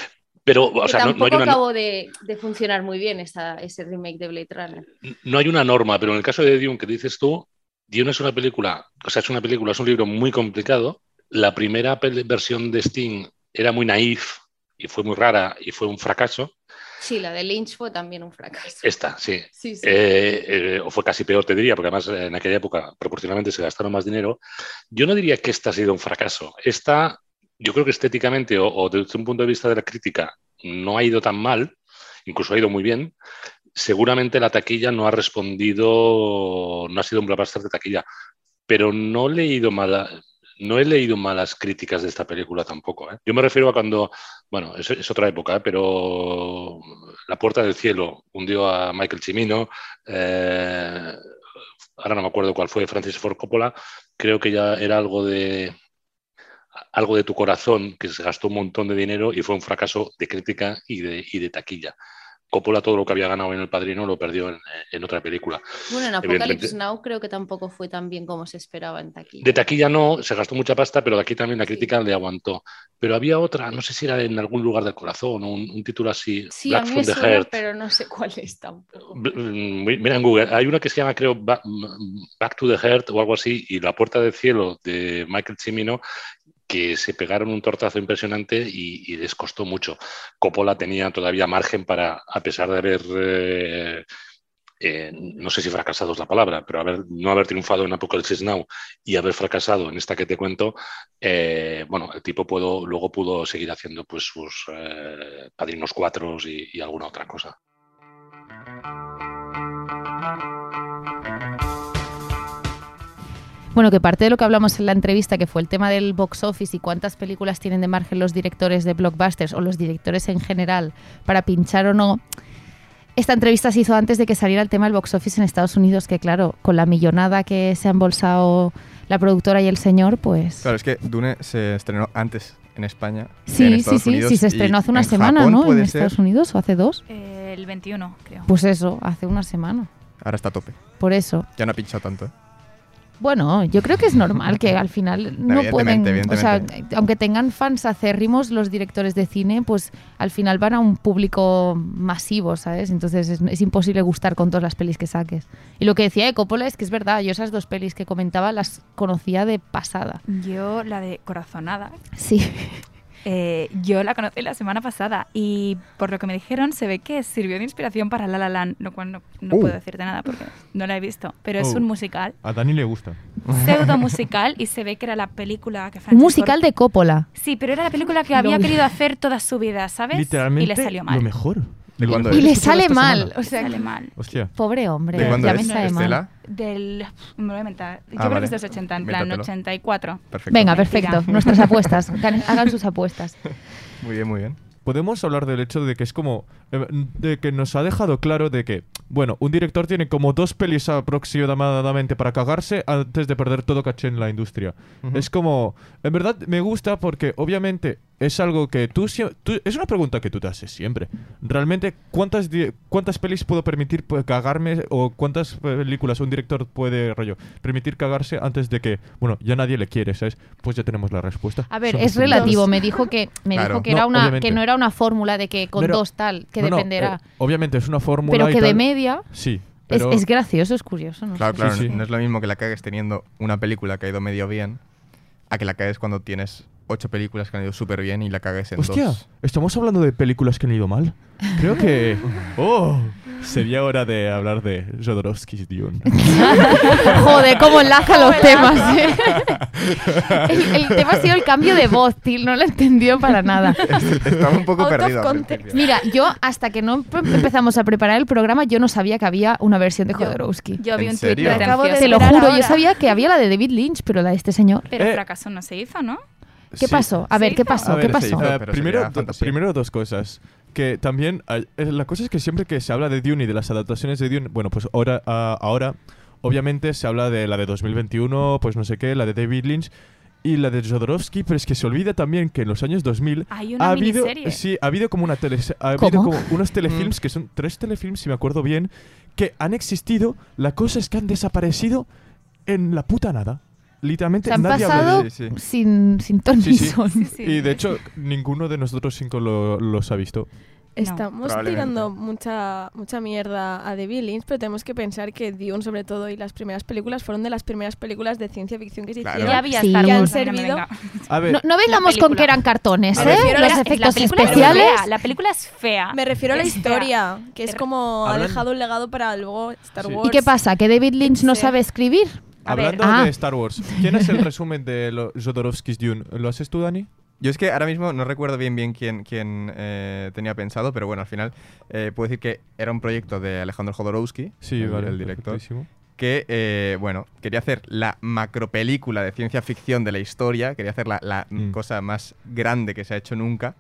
Pero, o sea, tampoco no, no hay una... acabó de, de, funcionar muy bien esa, ese remake de Blade Runner. No hay una norma, pero en el caso de Dune que dices tú, Dune es una película, o sea, es una película, es un libro muy complicado. La primera versión de Steam era muy naif y fue muy rara y fue un fracaso. Sí, la de Lynch fue también un fracaso. Esta, sí. sí, sí. Eh, eh, o fue casi peor, te diría, porque además en aquella época proporcionalmente se gastaron más dinero. Yo no diría que esta ha sido un fracaso. Esta, yo creo que estéticamente o, o, desde un punto de vista de la crítica no ha ido tan mal, incluso ha ido muy bien. Seguramente la taquilla no ha respondido, no ha sido un blockbuster de taquilla, pero no le he ido mal. A, no he leído malas críticas de esta película tampoco. ¿eh? Yo me refiero a cuando, bueno, es, es otra época, ¿eh? pero La Puerta del Cielo hundió a Michael Cimino, eh, ahora no me acuerdo cuál fue, Francis Ford Coppola, creo que ya era algo de algo de tu corazón, que se gastó un montón de dinero y fue un fracaso de crítica y de, y de taquilla. Coppola todo lo que había ganado en El Padrino lo perdió en, en otra película. Bueno, en Evidentemente- Apocalypse Now creo que tampoco fue tan bien como se esperaba en taquilla. De taquilla no, se gastó mucha pasta, pero de aquí también la crítica le aguantó. Pero había otra, no sé si era en algún lugar del corazón, un, un título así, Sí, a Black mí from me the suena, Heart. pero no sé cuál es tampoco. Bl- mm, Mira en Google, hay una que se llama, creo, Ba- mm, Back to the Heart o algo así, y La Puerta del Cielo de Michael Cimino, que se pegaron un tortazo impresionante y, y les costó mucho. Coppola tenía todavía margen para, a pesar de haber, eh, eh, no sé si fracasado es la palabra, pero haber, no haber triunfado en Apocalypse Now y haber fracasado en esta que te cuento, eh, bueno, el tipo pudo, luego pudo seguir haciendo pues sus eh, Padrinos Cuatros y- y alguna otra cosa. Bueno, que parte de lo que hablamos en la entrevista, que fue el tema del box office y cuántas películas tienen de margen los directores de blockbusters o los directores en general para pinchar o no. Esta entrevista se hizo antes de que saliera el tema del box office en Estados Unidos, que claro, con la millonada que se ha embolsado la productora y el señor, pues... Claro, es que Dune se estrenó antes en España. que sí, en sí, Estados sí, Unidos, sí, se y estrenó hace una en semana, Japón ¿no? En puede ser. Estados Unidos, o hace dos. Eh, el 21, creo. Pues eso, hace una semana. Ahora está a tope. Por eso. Ya no ha pinchado tanto. ¿eh? Bueno, yo creo que es normal que al final no Evidentemente, pueden, o sea, evidentemente. aunque tengan fans acérrimos los directores de cine, pues al final van a un público masivo, ¿sabes? Entonces es, es imposible gustar con todas las pelis que saques. Y lo que decía de Coppola es que es verdad, yo esas dos pelis que comentaba las conocía de pasada. Yo, la de Corazonada, Sí. eh, yo la conocí la semana pasada y por lo que me dijeron se ve que sirvió de inspiración para La La Land, lo cual no, no Uh. puedo decirte nada porque no la he visto, pero es Oh. un musical, A Dani le gusta. pseudo musical y se ve que era la película que Un Francis musical Ford- de Coppola. Sí, pero era la película que había Lol. querido hacer toda su vida, ¿sabes? Literalmente y le salió lo mal. mejor. ¿De cuándo Y es? le Escuchaba sale esta mal. semana. O sea, Le sale mal. Hostia. pobre hombre, ¿De cuándo ya me es, sale Estela? mal. Del. Me lo voy a inventar. Yo Ah, creo vale. que es de los 80, en plan Invéntatelo. 84. Perfecto. Venga, Mentira. perfecto. Nuestras apuestas. Gan- Hagan sus apuestas. Muy bien, muy bien. podemos hablar del hecho de que es como eh, de que nos ha dejado claro de que bueno un director tiene como dos pelis aproximadamente para cagarse antes de perder todo caché en la industria Ujú. es como en verdad me gusta porque obviamente es algo que tú, sie- tú- es una pregunta que tú te haces siempre realmente cuántas di- cuántas pelis puedo permitir pues, cagarme o cuántas películas un director puede rollo permitir cagarse antes de que bueno ya nadie le quiere sabes pues ya tenemos la respuesta A ver, Son es películas. relativo. Me dijo que me Claro. dijo que No, era una obviamente. que no era una fórmula de que con Pero- dos tal que No, no, dependerá, eh, obviamente es una fórmula pero y que de tal. media Sí. es- Pero es, gracioso, es curioso. No Claro, sé. claro, Sí, sí. no es lo mismo que la cagues teniendo una película que ha ido medio bien, a que la cagues cuando tienes ocho películas que han ido súper bien y la cagues en Hostia, dos. estamos hablando de películas que han ido mal. Creo que. ¡Oh! Sería hora de hablar de Jodorowsky's Dune. Joder, cómo enlaza los temas. ¿eh? el, el tema ha sido el cambio de voz, Til, no lo entendió para nada. Estaba un poco Out of perdido. al context. principio. Mira, yo hasta que no empe- empezamos a preparar el programa, yo no sabía que había una versión de Jodorowsky. Yo vi ¿En un tweet serio? pretencioso. Acabo de Te lo esperar juro, yo ahora. sabía que había la de David Lynch, pero la de este señor. Pero Eh. fracaso no se hizo, ¿no? ¿Qué Sí. pasó? A ¿Se ver, ¿qué hizo? pasó? A ¿Qué ver, se pasó? hizo. Eh, pero primero, sería do- fantasía. primero dos cosas. Que también, hay- eh, la cosa es que siempre que se habla de Dune y de las adaptaciones de Dune, bueno, pues ahora, ah, ahora, obviamente se habla de la de 2021, pues no sé qué, la de David Lynch y la de Jodorowsky, pero es que se olvida también que en los años 2000 Hay ha una habido, miniserie. sí, ha habido como una tele, ha habido ¿Cómo? como unos Mm. telefilms que son tres telefilms, si me acuerdo bien, que han existido. La cosa es que han desaparecido en la puta nada. Literalmente Se han nadie habla de pasado sí, sí. sin, sin ton Sí, ni sí. son. Sí, sí. y de hecho, ninguno de nosotros cinco lo- los ha visto. Estamos probablemente. tirando mucha, mucha mierda a The Billings, pero tenemos que pensar que Dune, sobre todo, y las primeras películas fueron de las primeras películas de ciencia ficción que se Claro. hicieron. Ya había Sí. Star Que han Wars. a mí no me servido. venga. A ver, No, no vengamos película. con que eran cartones, Me ¿eh? refiero Los La- efectos la película es especiales. fea, La película es fea. Ah, Me refiero a la Es fea. historia, que es Er- como ha Hablando- dejado un legado para luego Star Sí. ¿Y Wars. ¿Y qué pasa? ¿Que David Lynch no Sí. sabe escribir? A ver. hablando Ah. de Star Wars, ¿quién es el resumen de lo- Jodorowsky's Dune? ¿Lo haces tú, Dani? Yo es que ahora mismo no recuerdo bien bien quién, quién eh, tenía pensado, pero bueno, al final eh, puedo decir que era un proyecto de Alejandro Jodorowsky, el, el director, perfectísimo. que, eh, bueno, quería hacer la macropelícula de ciencia ficción de la historia, quería hacer la, la Mm. cosa más grande que se ha hecho nunca.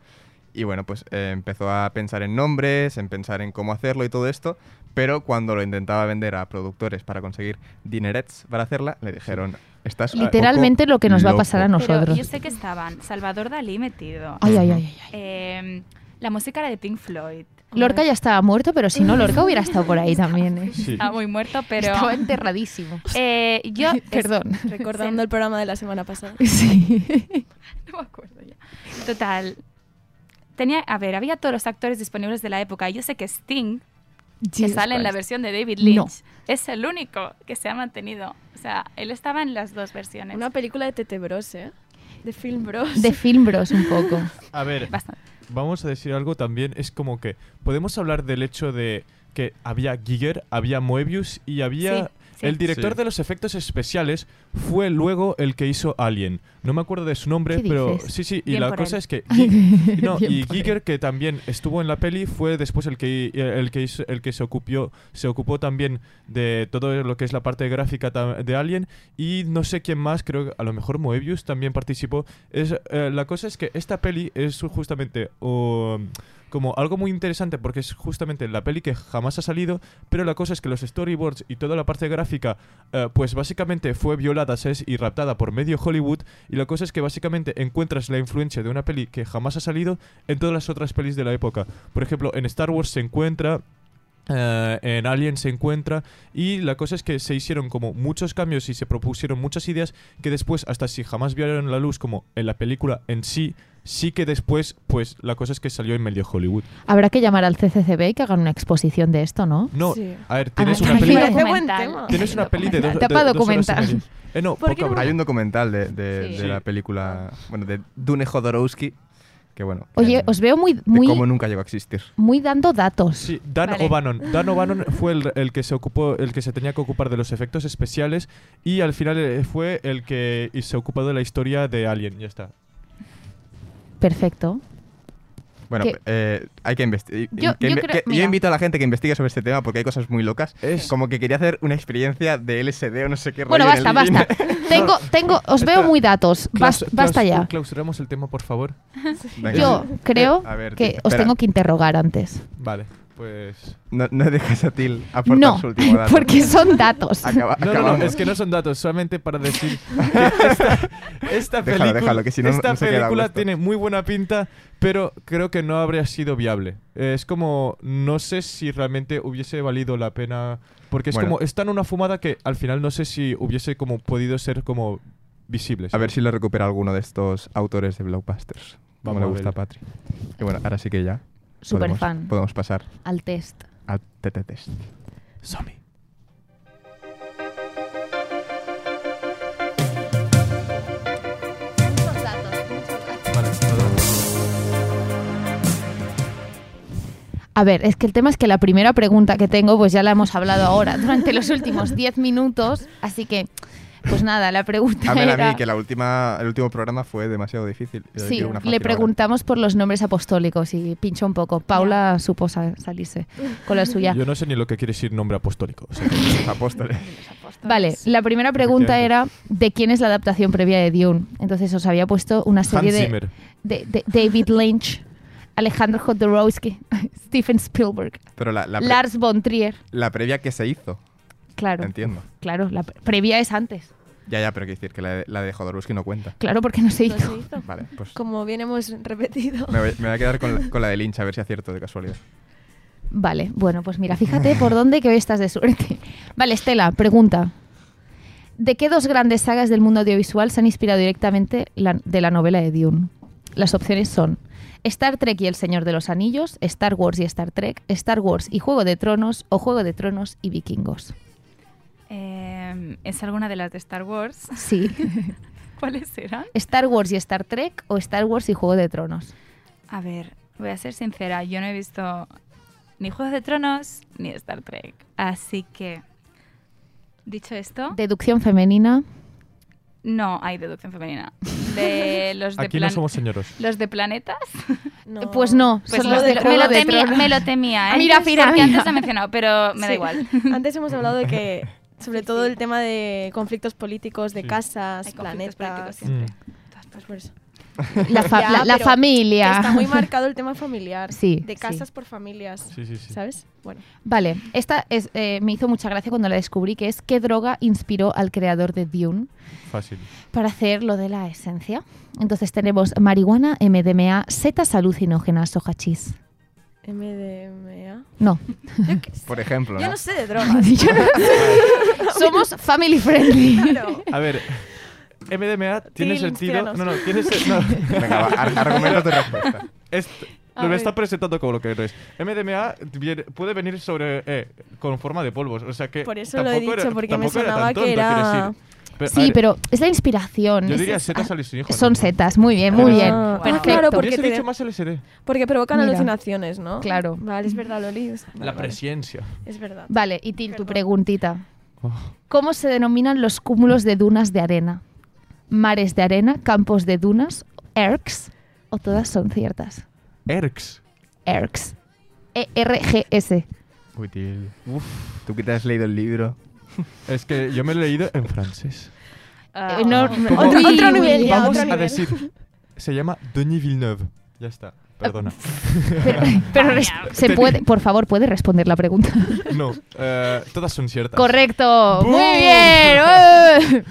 Y bueno, pues eh, empezó a pensar en nombres, en pensar en cómo hacerlo y todo esto, pero cuando lo intentaba vender a productores para conseguir dinerets para hacerla, le dijeron, estás un Literalmente poco lo que nos va a pasar a loco". nosotros. Pero yo sé que estaban Salvador Dalí metido. Ay, ay, ay, ay, ay. eh, la música era de Pink Floyd. Lorca ya estaba muerto, pero si no, Lorca hubiera estado por ahí también. ¿eh? Sí. Está muy muerto, pero. Estaba enterradísimo. eh, yo. es- Perdón. Recordando el programa de la semana pasada. Sí. no me acuerdo ya. Total. Tenía, a ver, había todos los actores disponibles de la época. Yo sé que Sting, que Jesus sale en la Christ. versión de David No. Lynch, es el único que se ha mantenido. O sea, él estaba en las dos versiones. Una película de Tete Bros, ¿eh? De Film Bros. De Film Bros un poco. A ver, Bastante. vamos a decir algo también. Es como que podemos hablar del hecho de que había Giger, había Moebius y había... Sí, sí. El director Sí. de los efectos especiales fue luego el que hizo Alien. No me acuerdo de su nombre, ¿Qué pero dices? sí, sí. Y Bien la por cosa él. es que... Gi- no, Bien y por Giger, que también estuvo en la peli, fue después el que, el que, hizo- el que se, ocupó, se ocupó también de todo lo que es la parte gráfica ta- de Alien. Y no sé quién más, creo que a lo mejor Moebius también participó. Es, eh, la cosa es que esta peli es justamente um, como algo muy interesante porque es justamente la peli que jamás ha salido, pero la cosa es que los storyboards y toda la parte gráfica eh, pues básicamente fue violada ¿sabes? y raptada por medio Hollywood y la cosa es que básicamente encuentras la influencia de una peli que jamás ha salido en todas las otras pelis de la época. Por ejemplo, en Star Wars se encuentra... eh, en Alien se encuentra y la cosa es que se hicieron como muchos cambios y se propusieron muchas ideas que después hasta si jamás vieron la luz como en la película en sí sí que después pues la cosa es que salió en medio Hollywood Habrá que llamar al CCCB y que hagan una exposición de esto, ¿no? no Sí. a ver tienes Ah, una peli imagínate. Qué buen Documental. tema. Tienes una peli de dos, Tapa de, dos horas y documental. media. Eh, no, poca ¿Por qué no me- broma. Hay un documental de, de- Sí. de la película, bueno, de Dune Jodorowsky, que bueno, Oye, eh, os veo muy, de muy, cómo nunca llegó a existir. muy dando datos. Sí, Dan Vale. O'Bannon. Dan O'Bannon fue el, el que se ocupó, el que se tenía que ocupar de los efectos especiales y al final eh, fue el que y se ocupó de la historia de Alien. Ya está. Perfecto. Bueno, Que- eh, hay que investigar. Yo- yo creo- yo mira. invito a la gente que investigue sobre este tema porque hay cosas muy locas. Es- Como que quería hacer una experiencia de LSD o no sé qué Bueno, rollo en basta, el cine. basta. Tengo, tengo, os veo Espera. muy datos. Bas- Claus- basta Claus, ya. Clausuramos el tema, por favor. Venga. Eh, Yo creo A ver, que tío, os espera. tengo que interrogar antes. Vale, pues. No, no dejes a Til aportar No, su último dato. porque son datos. Acaba- No, no, acabamos. no, es que no son datos, solamente para decir que esta, esta Déjalo, película, déjalo, que si no, esta no se queda a película gusto. tiene muy buena pinta, pero creo que no habría sido viable. Eh, Es como, no sé si realmente hubiese valido la pena, porque es Bueno. como, es tan una fumada que al final no sé si hubiese como podido ser como visible. A ver si lo recupera alguno de estos autores de blockbusters. Como Vamos le a gusta a ver. Patri. Y bueno, ahora sí que ya. podemos- Superfan. Podemos pasar Al test. a TT Test. Zombie. Vale, perdón. A ver, es que el tema es que la primera pregunta que tengo, pues ya la hemos hablado ahora durante los últimos 10 minutos, así que, pues nada, la pregunta A ver, era... a mí, que la última, el último programa fue demasiado difícil. Yo Sí, quiero una fácil le ahora. preguntamos por los nombres apostólicos y pinchó un poco. Paula supo sa- salirse con la suya. Yo no sé ni lo que quiere decir nombre apostólico. o sea, Los apóstoles. Vale, la primera pregunta era de quién es la adaptación previa de Dune. Entonces os había puesto una serie Hans de, Zimmer. de- de David Lynch, Alejandro Jodorowsky, Steven Spielberg, Pero la, la, pre- Lars von Trier. la previa que se hizo, Claro, entiendo. claro, la pre- previa es antes. Ya, ya, pero quiero decir que la de, la de Jodorowsky no cuenta. Claro, porque no se No hizo. se hizo. Vale, pues Como bien hemos repetido. me voy, me voy a quedar con la, con la de Lynch a ver si acierto de casualidad. Vale, bueno, pues mira, fíjate por dónde que hoy estás de suerte. Vale, Estela, pregunta. ¿De qué dos grandes sagas del mundo audiovisual se han inspirado directamente la- de la novela de Dune? Las opciones son Star Trek y El Señor de los Anillos, Star Wars y Star Trek, Star Wars y Juego de Tronos o Juego de Tronos y Vikingos. Eh, ¿Es alguna de las de Star Wars? Sí, ¿Cuáles eran? Star Wars y Star Trek o Star Wars y Juego de Tronos. A ver, voy a ser sincera, yo no he visto ni Juegos de Tronos ni Star Trek. Así que, dicho esto, Deducción femenina. no hay deducción femenina. De los de, Aquí no plan- somos señoros. los de planetas. No. Pues no, Pues son lo- los de me, lo Juego de temía, Tronos. Ah, me lo temía, ¿eh? Mira, mira, Porque mira. antes lo he mencionado, pero me da Sí. igual. Antes hemos hablado de que, sobre todo el tema de conflictos políticos, de Sí. casas, Hay conflictos políticos planetas. siempre. Mm. Todas Pues por- por eso. La, fa- Ya, la- la pero familia. Está muy marcado el tema familiar. Sí, De sí. casas por familias. Sí, sí, sí. ¿Sabes? Bueno. Vale, esta es, eh, me hizo mucha gracia cuando la descubrí, que es ¿qué droga inspiró al creador de Dune Fácil. para hacer lo de la esencia? Entonces tenemos marihuana, MDMA, setas alucinógenas o hachís. MDMA. No, Yo, qué sé. Por ejemplo, Yo ¿no? no sé de drogas. Yo no- somos family friendly. claro. A ver, MDMA tiene Til, sentido. cristianos. No, no, tiene sentido. Venga, va, ar- argumentos de respuesta. Lo que está presentando como lo que es. MDMA viene- puede venir sobre eh, con forma de polvos. O sea que. Por eso lo he tampoco era- dicho, porque me tampoco sonaba tan tonto, que era- quiero decir. a Sí, ver, pero es la inspiración. Yo Es- diría es- setas ah, alucinógenas. Son ¿no? setas, muy bien, muy Ah, bien. ah, Perfecto. claro, Porque porque he tiene- dicho más LSD. Porque provocan Mira. alucinaciones, ¿no? Claro. Vale, es verdad, Loli. es- vale, La vale. presencia. Es verdad. Vale, y Til, tu Perdón. preguntita. Oh. ¿Cómo se denominan los cúmulos de dunas de arena? ¿Mares de arena, campos de dunas, ergs? ¿O todas son ciertas? Erx. Ergs. E-R-G-S. Eh, Uy, tío. Uf. Tú que te has leído el libro. Es que yo me lo he leído en francés. Ah, Eh, no, oh. Otro- Uy, otro uy, nivel, uy, ya, vamos otro a nivel. decir. Se llama Denis Villeneuve. Ya está. Perdona. Pero, pero res- se puede, por favor, puede responder la pregunta. No. eh, todas son ciertas. Correcto. ¡Bum! Muy bien. ¡Uh!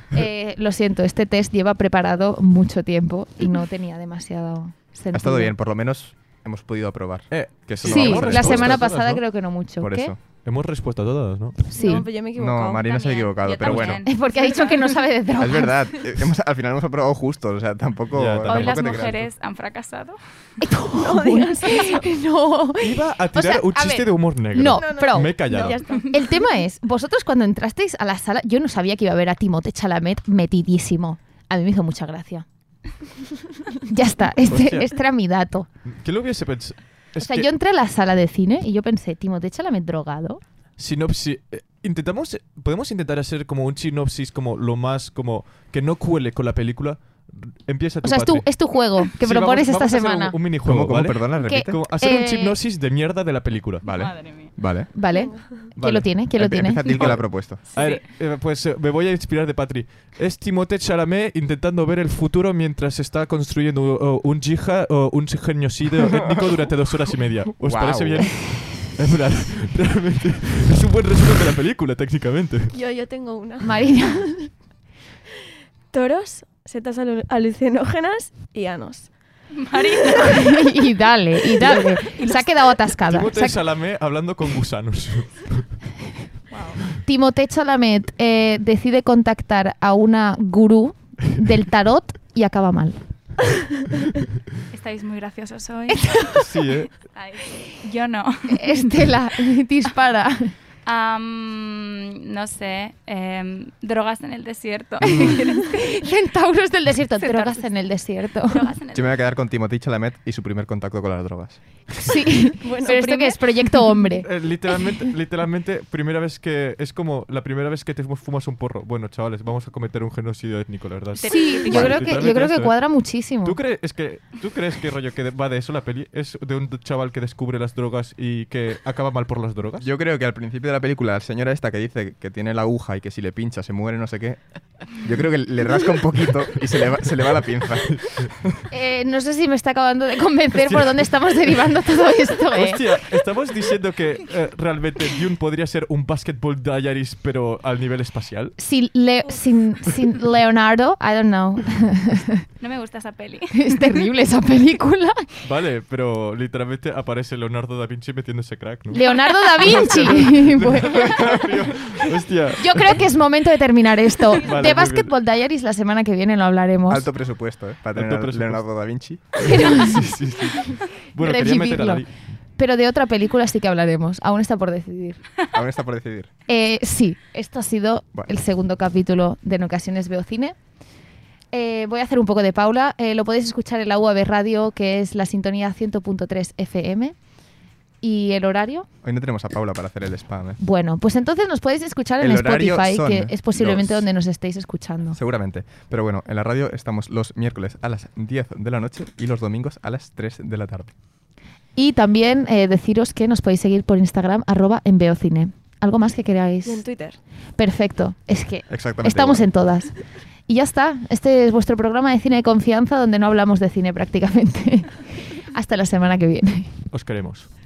Eh, lo siento, este test lleva preparado mucho tiempo y no tenía demasiado sentido. Ha estado bien, por lo menos hemos podido aprobar. Eh, Que eso Sí, lo Vamos, vamos la a semana respuestas todas, pasada ¿no? creo que no mucho. Por ¿Qué? eso. Hemos respuesto a todas, ¿no? Sí. No, pero yo me he equivocado. No, María no se ha También, equivocado, yo pero bueno. también. Porque ha dicho que no sabe de drogas. Es verdad, eh, hemos- al final hemos aprobado justo, o sea, tampoco. Ya, tampoco Hoy las te creas. mujeres han fracasado. No digas eso. No. Iba a tirar sea, un a chiste ver. de humor negro. No, pero Me he callado. Ya está. el tema es, vosotros cuando entrasteis a la sala, yo no sabía que iba a ver a Timote Chalamet metidísimo. A mí me hizo mucha gracia. ya está, Hostia. este, este era mi dato. ¿Qué lo hubiese pensado? O sea, yo entré a la sala de cine y yo pensé, Timote Chalamet drogado. sinopsis. eh, Intentamos, eh, podemos intentar hacer como un sinopsis como lo más como que no cuele con la película. Empieza tu O sea, es tu, Patri. es tu juego que Sí, propones vamos- esta vamos a hacer semana. Un, un minijuego, ¿Cómo, cómo? ¿vale? Perdona, ¿Qué? repite. Como hacer un Eh, sinopsis de mierda de la película. Vale. Madre mía. Vale. Vale. ¿Quién Vale. lo tiene? ¿Quién lo Empe- tiene? Empieza Til que lo ha propuesto. A ver, eh, pues eh, me voy a inspirar de Patri. Es Timothée Chalamet intentando ver el futuro mientras está construyendo uh, un jihad o un genocidio étnico durante dos horas y media. ¿Os Guau. parece bien? En plan, realmente, es un buen resumen de la película, técnicamente. Yo, yo tengo una. Marina. Toros, setas alu- alucinógenas y anos. y dale, y dale. Se ha quedado atascada. Timothée Se ha- Chalamet hablando con gusanos. Timothée Chalamet eh, decide contactar a una gurú del tarot y acaba mal. Estáis muy graciosos hoy. sí, ¿eh? Ay, yo no. Estela, dispara. Am, no sé. em, drogas en el desierto. Centauros del desierto, Centauros. drogas en el desierto. drogas en el Yo me voy a quedar con Timothy Chalamet y su primer contacto con las drogas. Sí. Bueno, Pero esto primer- que es proyecto hombre. Eh, literalmente, literalmente, primera vez que. Es como la primera vez que te fumas un porro. Bueno, chavales, vamos a cometer un genocidio étnico, la verdad. Sí, yo creo que, yo Vale, literalmente creo que esto, ¿eh? cuadra muchísimo. ¿Tú crees, es que, ¿Tú crees que rollo que de- va de eso la peli? ¿Es de un chaval que descubre las drogas y que acaba mal por las drogas? Yo creo que al principio de la película, la señora esta que dice que tiene la aguja y que si le pincha se muere, no sé qué. Yo creo que le rasca un poquito y se le va, se le va la pinza. Eh, no sé si me está acabando de convencer por dónde estamos derivando todo esto. eh. Hostia, estamos diciendo que eh, realmente Dune podría ser un Basketball Diaries, pero al nivel espacial. Sin, Le- sin, sin Leonardo, I don't know. No me gusta esa peli. Es terrible esa película. Vale, pero literalmente aparece Leonardo da Vinci metiéndose crack, ¿no? Leonardo da Vinci. Bueno, Hostia. yo creo que es momento de terminar esto. muy de bien. Basketball Diaries la semana que viene lo hablaremos. Alto presupuesto, ¿eh? Para tener Alto a presupuesto. Leonardo da Vinci. Sí, sí, sí. Bueno, quería meter a la... Revivirlo. Pero de otra película sí que hablaremos. Aún está por decidir. Aún está por decidir. Eh, sí, esto ha sido Vale. el segundo capítulo de En ocasiones veo cine. Eh, voy a hacer un poco de Paula. Eh, lo podéis escuchar en la UAB Radio, que es la sintonía 100.3 FM. ¿Y el horario? Hoy no tenemos a Paula para hacer el spam, ¿eh? Bueno, pues entonces nos podéis escuchar en El horario Spotify, son que es posiblemente los- donde nos estéis escuchando. Seguramente. Pero bueno, en la radio estamos los miércoles a las 10 de la noche y los domingos a las 3 de la tarde. Y también eh, deciros que nos podéis seguir por Instagram, arroba en Cine. ¿Algo más que Y en queráis? Twitter. Perfecto. Es que Exactamente. estamos igual. en todas. Y ya está. Este es vuestro programa de cine de confianza donde no hablamos de cine prácticamente. Hasta la semana que viene. Os queremos.